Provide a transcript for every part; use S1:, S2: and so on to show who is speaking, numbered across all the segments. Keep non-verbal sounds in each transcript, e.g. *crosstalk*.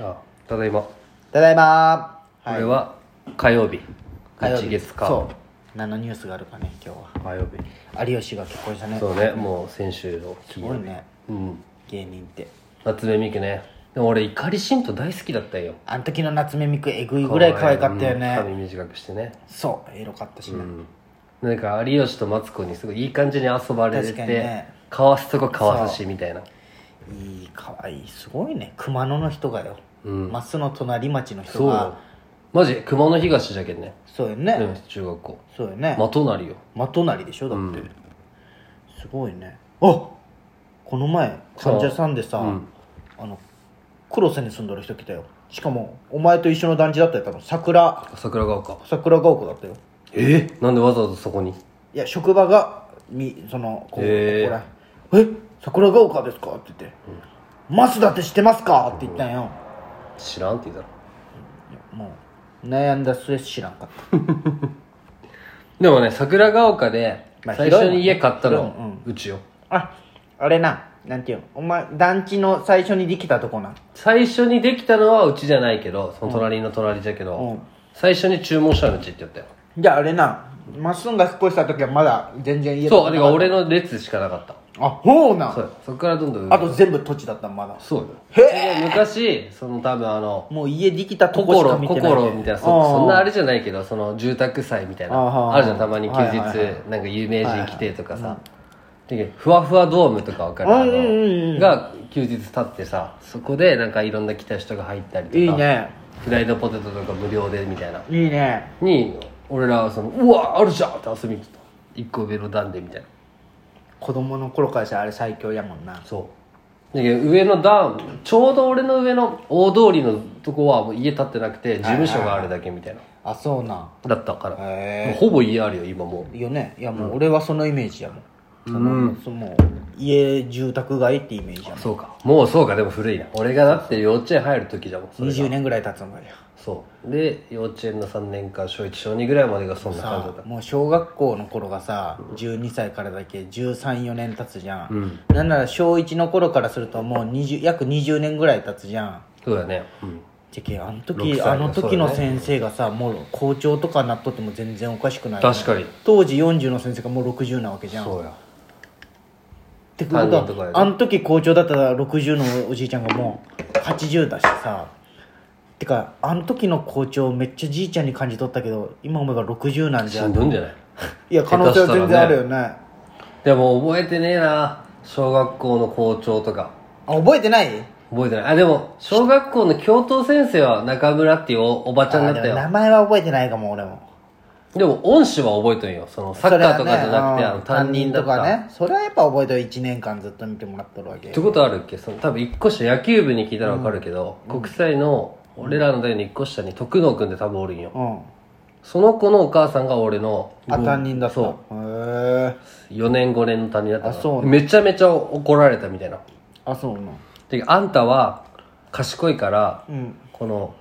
S1: あただいま、
S2: ただいまー
S1: これは火曜日
S2: 火曜
S1: 日
S2: 日
S1: 月火
S2: そう何のニュースがあるかね今日
S1: 火曜
S2: は有吉が結婚したね
S1: 日そうねもう先週の
S2: す
S1: 金曜
S2: ご
S1: 日
S2: いね
S1: うん
S2: 芸人って
S1: 夏目みくねでも俺怒り神道大好きだったんよ
S2: あの時の夏目みくえぐいぐらい可愛かったよ
S1: うん
S2: ね
S1: 髪短くしてね
S2: そうエロかったし
S1: う
S2: ね
S1: んなんか有吉とマツコにすごいいい感じに遊ばれて
S2: 確かにね
S1: かわすとこかわすしみたいない
S2: い可愛いすごいね熊野の人がよ
S1: うん
S2: マスの隣町の人
S1: そう
S2: が
S1: マジ熊野東じゃけんね
S2: そうよ
S1: う
S2: ね
S1: ん中学校
S2: そうよね
S1: まとなりよ
S2: ま隣でしょだ
S1: う
S2: って
S1: ん
S2: すごいねあこの前患者さんでさ、
S1: うん
S2: あの黒瀬に住んどる人来たよしかもお前と一緒の団地だったよ多分桜
S1: 桜川か
S2: 桜ヶ丘だったよ
S1: えなんでわざわざそこに
S2: いや職場がみそのこう
S1: へー
S2: ここらえ桜ヶ丘ですか?」って言って「マスだって知ってますか?」って言ったんよ
S1: 知らんって言ったら
S2: いやもう悩んだ末知らんかった
S1: でもね桜ヶ丘で
S2: まあ
S1: 最初に家買った
S2: 広いもん
S1: の
S2: ね
S1: うちよ
S2: ああれななんていうのお前団地の最初にできたとこな
S1: 最初にできたのはうちじゃないけどその隣の隣じゃけ
S2: う
S1: ど
S2: ん
S1: 最初に注文したのうちって言ったよ
S2: じゃああれなマスンが引っ越した時はまだ全然家と
S1: そう
S2: か
S1: あれ
S2: なか
S1: が
S2: った
S1: 俺の列しかなかった
S2: あそうな
S1: そ
S2: ん
S1: うよそっからどんどん
S2: あと全部土地だったのまだ
S1: そうよ
S2: へ
S1: で昔その多分あの
S2: もう家できたとこし
S1: 心
S2: か見てない
S1: 心みたいなそそんなあれじゃないけどその住宅祭みたい
S2: あ
S1: な
S2: は
S1: あるじゃんたまに休
S2: はい
S1: 日
S2: はいは
S1: なんか有名人来てとかさでふわふわドームとかわかるあ
S2: うんうんうんう
S1: の
S2: ん
S1: が休日立ってさそこでなんかいろんな来た人が入ったりとか
S2: いいね
S1: フライドポテトとか無料でみたいない
S2: いね
S1: に俺らはそのうわあるじゃんって遊びに来た1個上の段でみたいな
S2: 子供の頃からしたらあれ最強やもんな
S1: そうだけど上の段ちょうど俺の上の大通りのとこはもう家建ってなくて事務所があるだけみたいな
S2: あそうな
S1: だったからもう
S2: へ
S1: ほぼ家あるよ今も
S2: えよねいやもう俺はそのイメージやもんその,、もう家住宅街ってイメージや
S1: う
S2: も
S1: そうかもうそうかでも古いな俺がだって幼稚園入る時だもんそ
S2: ん
S1: れ
S2: 20年ぐらい経つんだよ
S1: そうで幼稚園の3年間小1小2ぐらいまでがそんな感じだっ
S2: さあもう小学校の頃がさ12歳からだけ134年経つじゃん、なんなら小1の頃からするともう20約20年ぐらい経つじゃん
S1: たそうだねうん
S2: じゃけあの
S1: 六歳
S2: 時
S1: だ
S2: あの時の先生がさ、もう校長とかなっとっても全然おかしくないよね、
S1: 確かに
S2: 当時40の先生がもう60なわけじゃんっ
S1: そうや
S2: てこと
S1: 担任とかや
S2: は
S1: ね
S2: あの時校長だったら60のおじいちゃんがもう80だしさてかあの時の校長めっちゃじいちゃんに感じ取ったけど今思えば60なんじ
S1: し
S2: ゃ
S1: ん
S2: ん
S1: どいんじゃない
S2: いや可能性は全然あるよね
S1: でも覚えてねえな小学校の校長とか
S2: あ覚えてない
S1: 覚えてないあでも小学校の教頭先生は中村っていうおおばちゃんだった
S2: あでも
S1: よ
S2: 名前は覚えてないかも俺も
S1: でも恩師は覚えとんよそのサッカーとかじゃなくて、
S2: それはね
S1: あ
S2: う
S1: の
S2: ん
S1: 担任だった
S2: 担任とかねそれはやっぱ覚えてる1年間ずっと見てもらっとるわけ
S1: ってことあるっけその多分一個下野球部に聞いたら分かるけど、国際の俺らの代の一個下に徳能君って多分おるんよ
S2: うん
S1: その子のお母さんが俺の
S2: あ担任だった
S1: そう
S2: へえ
S1: 4年5年の担任だったから
S2: あそう
S1: めちゃめちゃ怒られたみたいな
S2: あそうな
S1: であんたは賢いから、
S2: うん
S1: この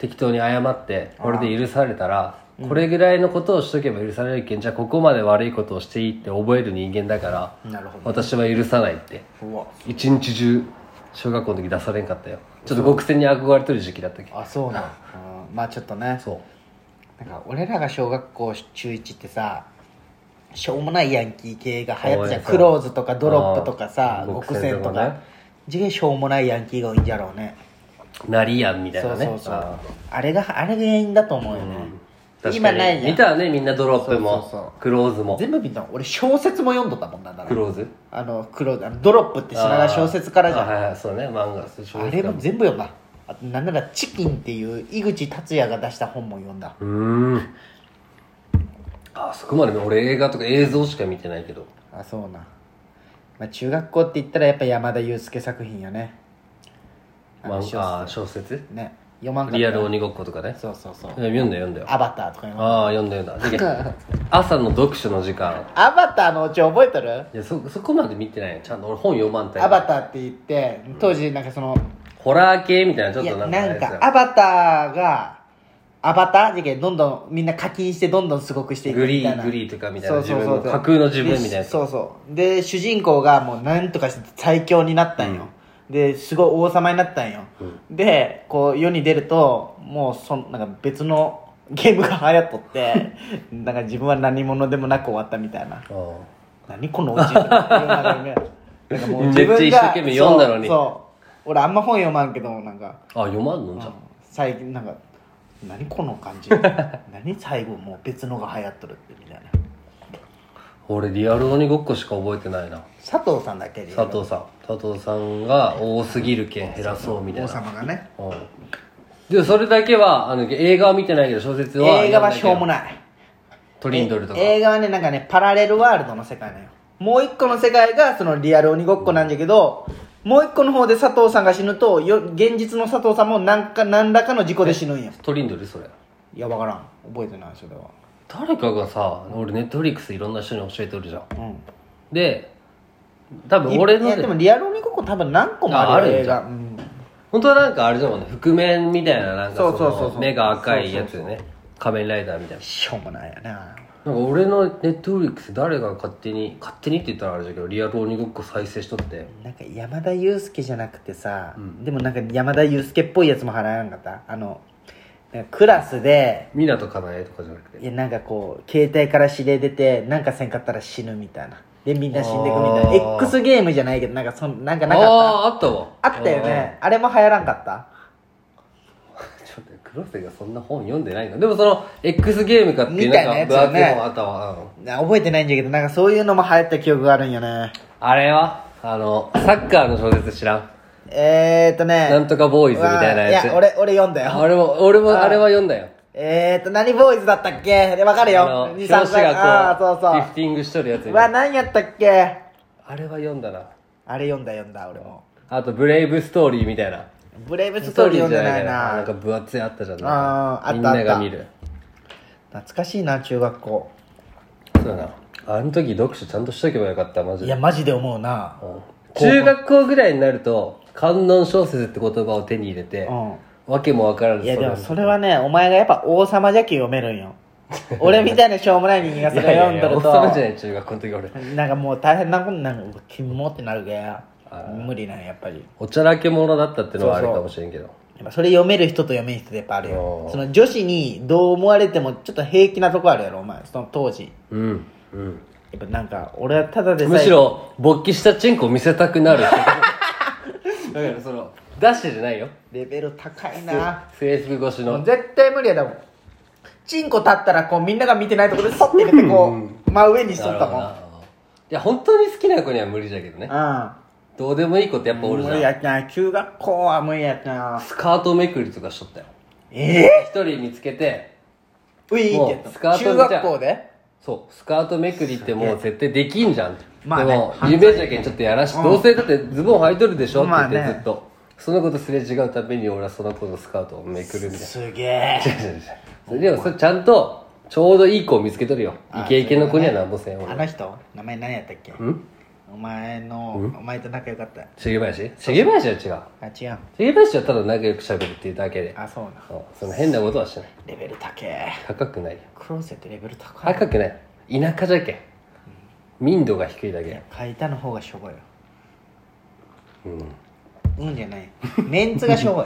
S1: 適当に謝ってこれで許されたらこれぐらいのことをしとけば許されるけんじゃあここまで悪いことをしていいって覚える人間だから
S2: なるほど
S1: 私は許さないって
S2: うわ
S1: 一日中小学校の時出されんかったよちょっと極戦に憧れてる時期だったっけ
S2: あそう
S1: *laughs*
S2: なうんまあちょっとね
S1: そう
S2: なんか俺らが小学校中1ってさしょうもないヤンキー系が流行ったじゃん
S1: そうやそう
S2: クローズとかドロップとかさ
S1: うん
S2: 極戦と
S1: 極戦とかね
S2: か次元しょうもないヤンキーが多いんじゃろうね
S1: なりやんみたい
S2: そ
S1: な
S2: う
S1: ね
S2: そうそう
S1: あ
S2: あれがあれが原因だと思うよね
S1: ー確か
S2: 今
S1: に
S2: ないじゃ
S1: 見
S2: ん
S1: たわねみんなドロップも
S2: そうそうそう
S1: クローズも
S2: 全部見たの俺小説も読んどったもんなんだ
S1: クローズ
S2: あの黒あのドロップって品川小説からじゃ
S1: あ
S2: ん
S1: ーはいはいそうね漫画小説
S2: あれも全部読んだあとなんなら「チキン」っていう井口達也が出した本も読んだ
S1: うーんあそこまでね俺映画とか映像しか見てないけど
S2: あそうな、まあ、中学校って言ったらやっぱ山田裕介作品よねあ
S1: 漫
S2: の
S1: 画あー小説
S2: ね読まんかった
S1: リアル鬼ごっことかね
S2: そうそうそう
S1: 読んだよ読んだよ
S2: アバターとか読まん
S1: ああ読んだ読んだでけ
S2: *laughs*
S1: 朝の読書の時間
S2: アバターのうち覚えてる
S1: いやそそこまで見てないよちゃんと俺本読まんた
S2: アバ
S1: い
S2: ターって言って当時なんかその、
S1: ホラー系みたいなちょっ
S2: いや
S1: とな
S2: なん
S1: か
S2: んか
S1: あれですよ
S2: アバターがアバター事件どんどんみんな課金してどんどんすごくしていく
S1: グ
S2: み
S1: リ
S2: たい
S1: ー
S2: な
S1: グリーとかみたいな
S2: そうそうそう
S1: 自分の架空の自分みたいなや
S2: で
S1: つ
S2: そうそうで主人公がもうなんとかして最強になったんよ、ですごい王様になったんよ、でこう世に出るともうそんなんか別のゲームが流行っとって
S1: *laughs*
S2: なんか自分は何者でもなく終わったみたいな
S1: あー
S2: 何このおじいちゃんなんかもう自分が
S1: めっちゃ一生懸命読んだのに
S2: そうそう俺あんま本読まんけどなんか
S1: あ読まんのじゃん
S2: 最近なんか何この *laughs* 感じ何最後もう別のが流行っとるってみたいな
S1: 俺リアル鬼ごっこしか覚えてないな
S2: 佐藤さんだけで
S1: 佐藤さん佐藤さんが多すぎる件減らそうみたい
S2: 王
S1: な
S2: 様がね
S1: うんでそれだけはあの映画は見てないけど小説は
S2: 映画はしょうも
S1: い
S2: ない
S1: トリンドルとか
S2: え映画はねなんかねパラレルワールドの世界なのよもう一個の世界がそのリアル鬼ごっこなんだけど、もう一個の方で佐藤さんが死ぬとよ現実の佐藤さんもなんか何らかの事故で死ぬんよ
S1: トリンドルそれ
S2: いやわからん覚えてないそれは
S1: 誰かがさ俺ネットフリックスいろんな人に教えてるじゃん
S2: う
S1: で多
S2: ん
S1: 分俺
S2: い
S1: の
S2: やでもリアル鬼ごっこ多分何個もあるよ
S1: あある
S2: 映
S1: んじゃ
S2: 画
S1: ん
S2: うん
S1: 本当はなんかあれだもんね覆面みたいななんか
S2: そうそうそうそう
S1: の目が赤いやつね仮面ライダーみたいな
S2: しょうもないよな
S1: なんか俺のネットフリックス誰が勝手に勝手にって言ったらあれだけどリアル鬼ごっこ再生しとって
S2: なんか山田裕介じゃなくてさ、でもなんか山田裕介っぽいやつも払わなかったあのなんかクラスで
S1: 湊かなえとかじゃなくて
S2: いやなんかこう携帯から指令出てなんかせんかったら死ぬみたいなでみんな死んでいくみたい
S1: あ
S2: な
S1: ー
S2: X ゲームじゃないけどなんかそんなんかなかっ
S1: ああーあったわ
S2: たあったよねあれも流行らんかった
S1: ちょっと黒瀬がそんな本読んでないのでもその X ゲームかっていう
S2: みたいな
S1: なん
S2: やつ
S1: か分厚
S2: よね
S1: い本あったわ、うん
S2: な覚えてないんだけどなんかそういうのも流行った記憶があるんよね
S1: あれはあのサッカーの小説知らん
S2: えーっとね
S1: なんとかボーイズみたいなやつ
S2: うわーいや俺俺読んだよ
S1: 俺も俺もあれは読んだよ
S2: えーっと何ボーイズだったっけでわかる
S1: あ
S2: よ
S1: の
S2: 二
S1: 表
S2: 三
S1: 紙
S2: 歳あ
S1: が
S2: あ
S1: こ
S2: そう
S1: うリフ
S2: そ
S1: ティングしとるやつ
S2: う
S1: に
S2: うわ何やったっけ
S1: あれは読んだな
S2: あれ読んだ読んだ俺も
S1: あとブレイブストーリーみたいな
S2: ブレイブストーリー読んでない
S1: あなん
S2: な
S1: か分厚いあったじゃんなんか
S2: あーあった
S1: みんな
S2: あ
S1: が
S2: った
S1: 見る
S2: 懐かしいな中学校
S1: そうだなあの時読書ちゃんとしとけばよかったマジ
S2: い
S1: で
S2: やマジで思うな
S1: うん中学校ぐらいになると観音小説って言葉を手に入れて
S2: うん
S1: わけもわからず
S2: いや
S1: そ
S2: で
S1: れを
S2: もそれはねお前がやっぱ王様じゃき読める
S1: *laughs*
S2: んよ俺みたいなしょうもない人間がそれ読ん
S1: いやい
S2: でる
S1: やいやおっさんじゃ
S2: と
S1: ない中学校の時俺
S2: なんかもう大変なことになるうわキモってなるけ無理なんやっぱり
S1: おちゃらけ者だったってのはあるかもしれんけど
S2: やっぱそれ読める人と読めん人ってやっぱあるよ
S1: あー
S2: その女子にどう思われてもちょっと平気なとこあるやろお前その当時
S1: うんうん
S2: やっぱなんか俺はただでさえ
S1: むしろ勃起したチンコを見せたくなるだか
S2: *laughs*
S1: らその出してじゃないよ
S2: レベル高いな
S1: 制服越し
S2: もう
S1: の
S2: 絶対無理やだもんチンコ立ったらこうみんなが見てないところでそって入れてこう真上にしとったもん
S1: なるほどないや本当に好きな子には無理じゃけどね
S2: うん
S1: どうでもいいことやっぱおるじ
S2: 無理
S1: ゃん
S2: やったな中学校は無理やったな
S1: スカートめくりとかしとったよ
S2: ええ
S1: 一人見つけて
S2: ウィーンってや
S1: もうス
S2: った
S1: カ
S2: の
S1: ート
S2: 中
S1: 見ちゃう
S2: 学校で
S1: そうスカートめくりってもう絶対できんじゃん、
S2: まあね
S1: でも夢じゃけんちょっとやらし、どうせだってズボン履いとるでしょって言って
S2: まあね
S1: ずっと、その子とすれ違うたびに俺はその子のスカートをめくるみたいな
S2: す
S1: *laughs*
S2: げえ
S1: 違う違う違うそれでもそれちゃんとちょうどいい子を見つけとるよイケイケの子にはなんぼせん
S2: あ
S1: 俺
S2: の人名前何やったっけ
S1: ん
S2: お前のお前と仲良かった
S1: 重林重林は違う
S2: あ違う
S1: 重林はただ仲良くしゃべるっていうだけで
S2: あそうな
S1: そうその変なことはしない
S2: レベル高え
S1: 高くないよ
S2: クローゼットレベル高い
S1: 高くない田舎じゃけん民度が低いだけ
S2: い
S1: だ
S2: や
S1: よ
S2: 書いたの方がしょぼいよ
S1: うん
S2: うんじゃないメンツがしょぼい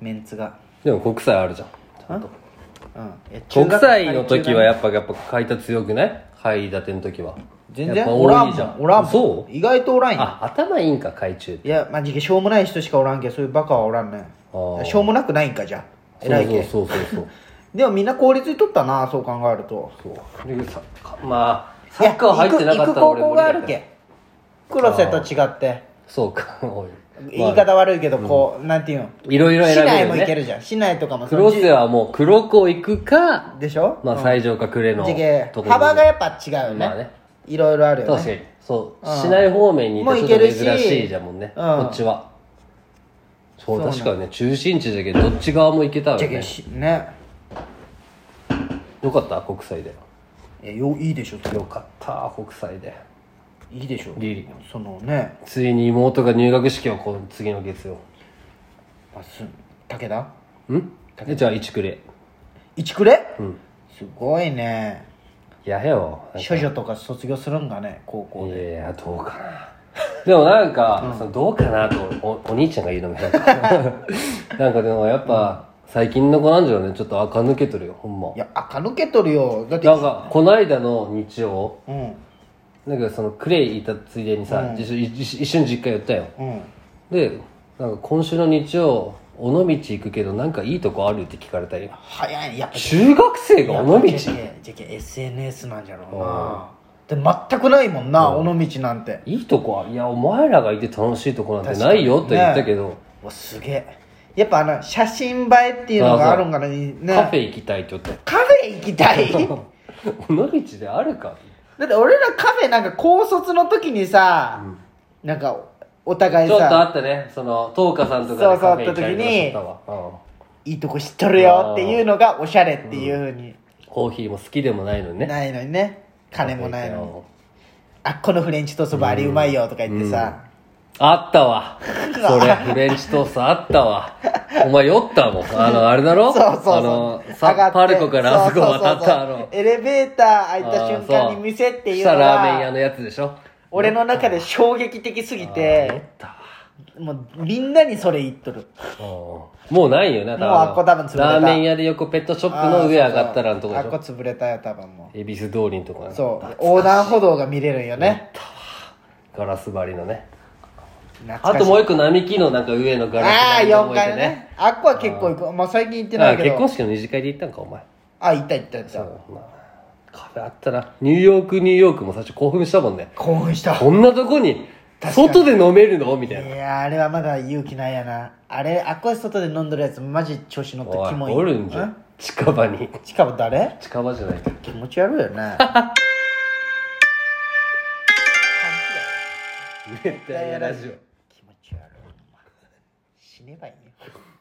S2: メンツが
S1: でも国際あるじゃんちゃんと
S2: うんいや中
S1: 国
S2: 学
S1: 際の時はやっぱやっぱ買いた強くない買い立ての時は
S2: 全
S1: やっ
S2: 然
S1: ぱ
S2: おら
S1: 多
S2: ん
S1: いじ
S2: も
S1: ゃん
S2: んおらんもん
S1: そう
S2: 意外とおらんよ
S1: あ頭いいんか海中
S2: いやマジでしょうもない人しかおらんけそういうバカはおらんね
S1: あー
S2: しょうもなくないんかじゃあ偉いけ
S1: そうそうそうそう
S2: でもみんな効率にとったなそう考えると
S1: そうでさかまあサッカー入ってなかった
S2: いや
S1: ら
S2: 行く行く高
S1: 俺
S2: 校
S1: 無理
S2: が
S1: だ
S2: あ
S1: った
S2: るけ黒瀬と違って
S1: そうかおい
S2: 言い方悪いけどこう、なんていうの
S1: いろいろ
S2: 市
S1: 選べ
S2: 内
S1: るよ
S2: も行け
S1: ね
S2: るじゃん市内とかもそ
S1: ク
S2: の
S1: ロスはもう黒子行くか
S2: でしょ、
S1: まあ最上か呉の
S2: じゃけ
S1: とこ
S2: 幅がやっぱ違うよね,、
S1: まあね
S2: いろいろあるよ
S1: 確か
S2: ね
S1: にそう
S2: うん
S1: 市内方面にいたらちょっと珍しいじゃんもんね
S2: もう行けるしうん
S1: こっちはそ
S2: そう
S1: う
S2: なの
S1: 確かにね中心地じゃけどどっち側も行けたわ
S2: じ
S1: よ
S2: ゃけ
S1: ね
S2: しね
S1: よかった国際で
S2: いやよいいでしょ
S1: よかった国際で
S2: いいでしょ
S1: リリ
S2: そのね、
S1: ついに妹が入学式をこの次の月曜
S2: まあ、す武田
S1: んえじゃあ一くれ
S2: 一くれ、
S1: ん
S2: すごいね
S1: やへよ
S2: 処女とか卒業するんだね高校
S1: いやいやどうかな *laughs* でもなんか、そのどうかなとおお兄ちゃんが言うのもなんか *laughs* なんかでもやっぱ、最近の子なんじゃねちょっと垢抜けとるよほんま
S2: いや垢抜けとるよだって
S1: なんかこの間の日曜
S2: うん
S1: なんかそのクレイいたついでにさ、一緒一緒一緒に実家寄ったよ
S2: うん
S1: でなんか今週の日曜尾道行くけどなんかいいとこあるって聞かれたよ
S2: 早いやっぱ
S1: 中学生が尾道
S2: じゃけじゃけ SNS なんじゃろうなで全くないもんな尾道なんて
S1: いいとこはいやお前らがいて楽しいとこなんてないよって言ったけど、
S2: わすげえやっぱあの写真映えっていうのがあるんかなね
S1: カフェ行きたいって言ったよ
S2: カフェ行きた
S1: *laughs*
S2: い
S1: 尾道であるか
S2: だって俺らカフェなんか高卒の時にさ、なんかお互い
S1: ちょっとあ
S2: さ
S1: ったねその東花さんとかでカフェ行ったりとかしてたわうん
S2: いいとこ知っとるよっていうのがおしゃれっていうふうに、
S1: コーヒーも好きでもないのにね
S2: ないのにね金もないのにあこのフレンチトーストもあれうまいよとか言ってさ、
S1: あったわ。
S2: *laughs*
S1: それ、フレンチトーストあったわ。お前酔ったもん。あの、あれだろ
S2: *laughs* そうそうそう
S1: あの、
S2: 上がっ
S1: さ
S2: て
S1: パルコからあそこ渡っ
S2: そうそう
S1: たあ
S2: そう
S1: の。
S2: エレベーター開いた瞬間
S1: あーそ
S2: に店っていう
S1: 下
S2: の
S1: ラーメン屋
S2: が
S1: のやつでしょ
S2: 俺の中で衝撃的すぎ
S1: あー酔
S2: て
S1: ったわ
S2: もうみんなにそれ言っとる
S1: うんもうないよね、
S2: もうあっこ多分潰れた
S1: ラーメン屋で横ペットショップの上上がったらのとこで
S2: あ
S1: し
S2: っ
S1: ょ
S2: こ潰れたよ多分も
S1: 恵比寿通りのとこね
S2: うそう横断歩道が見れるんよね
S1: ガラス張りのね。
S2: 懐かし
S1: あ
S2: い
S1: ともう一個並木のなんか上のガラス
S2: ああ
S1: 張りのと
S2: 4
S1: こ行っ
S2: 階
S1: て
S2: のね。あっこは結構行くまあ最近行ってな
S1: あ
S2: いけ
S1: 結
S2: ど
S1: 婚式の二次会で行ったんか、お前。
S2: あ行った行った行っ
S1: そう
S2: た
S1: まあカフェあったな。ニューヨーク、ニューヨークも最初興奮したもんね。
S2: 興奮した
S1: こんなとこに、外で飲めるのみたい
S2: い
S1: な。
S2: やーあれはまだ勇気ないやなあれあっこで外で飲んどるやつマジ調子乗ってキモ
S1: おい、
S2: い
S1: おるんじゃん。近場に。
S2: しかも誰
S1: 近場じゃないけど。
S2: 気持ち悪いよ
S1: *laughs*
S2: ね
S1: 熱帯夜ラジオ。
S2: 気持ち悪いお前死ねばいいよ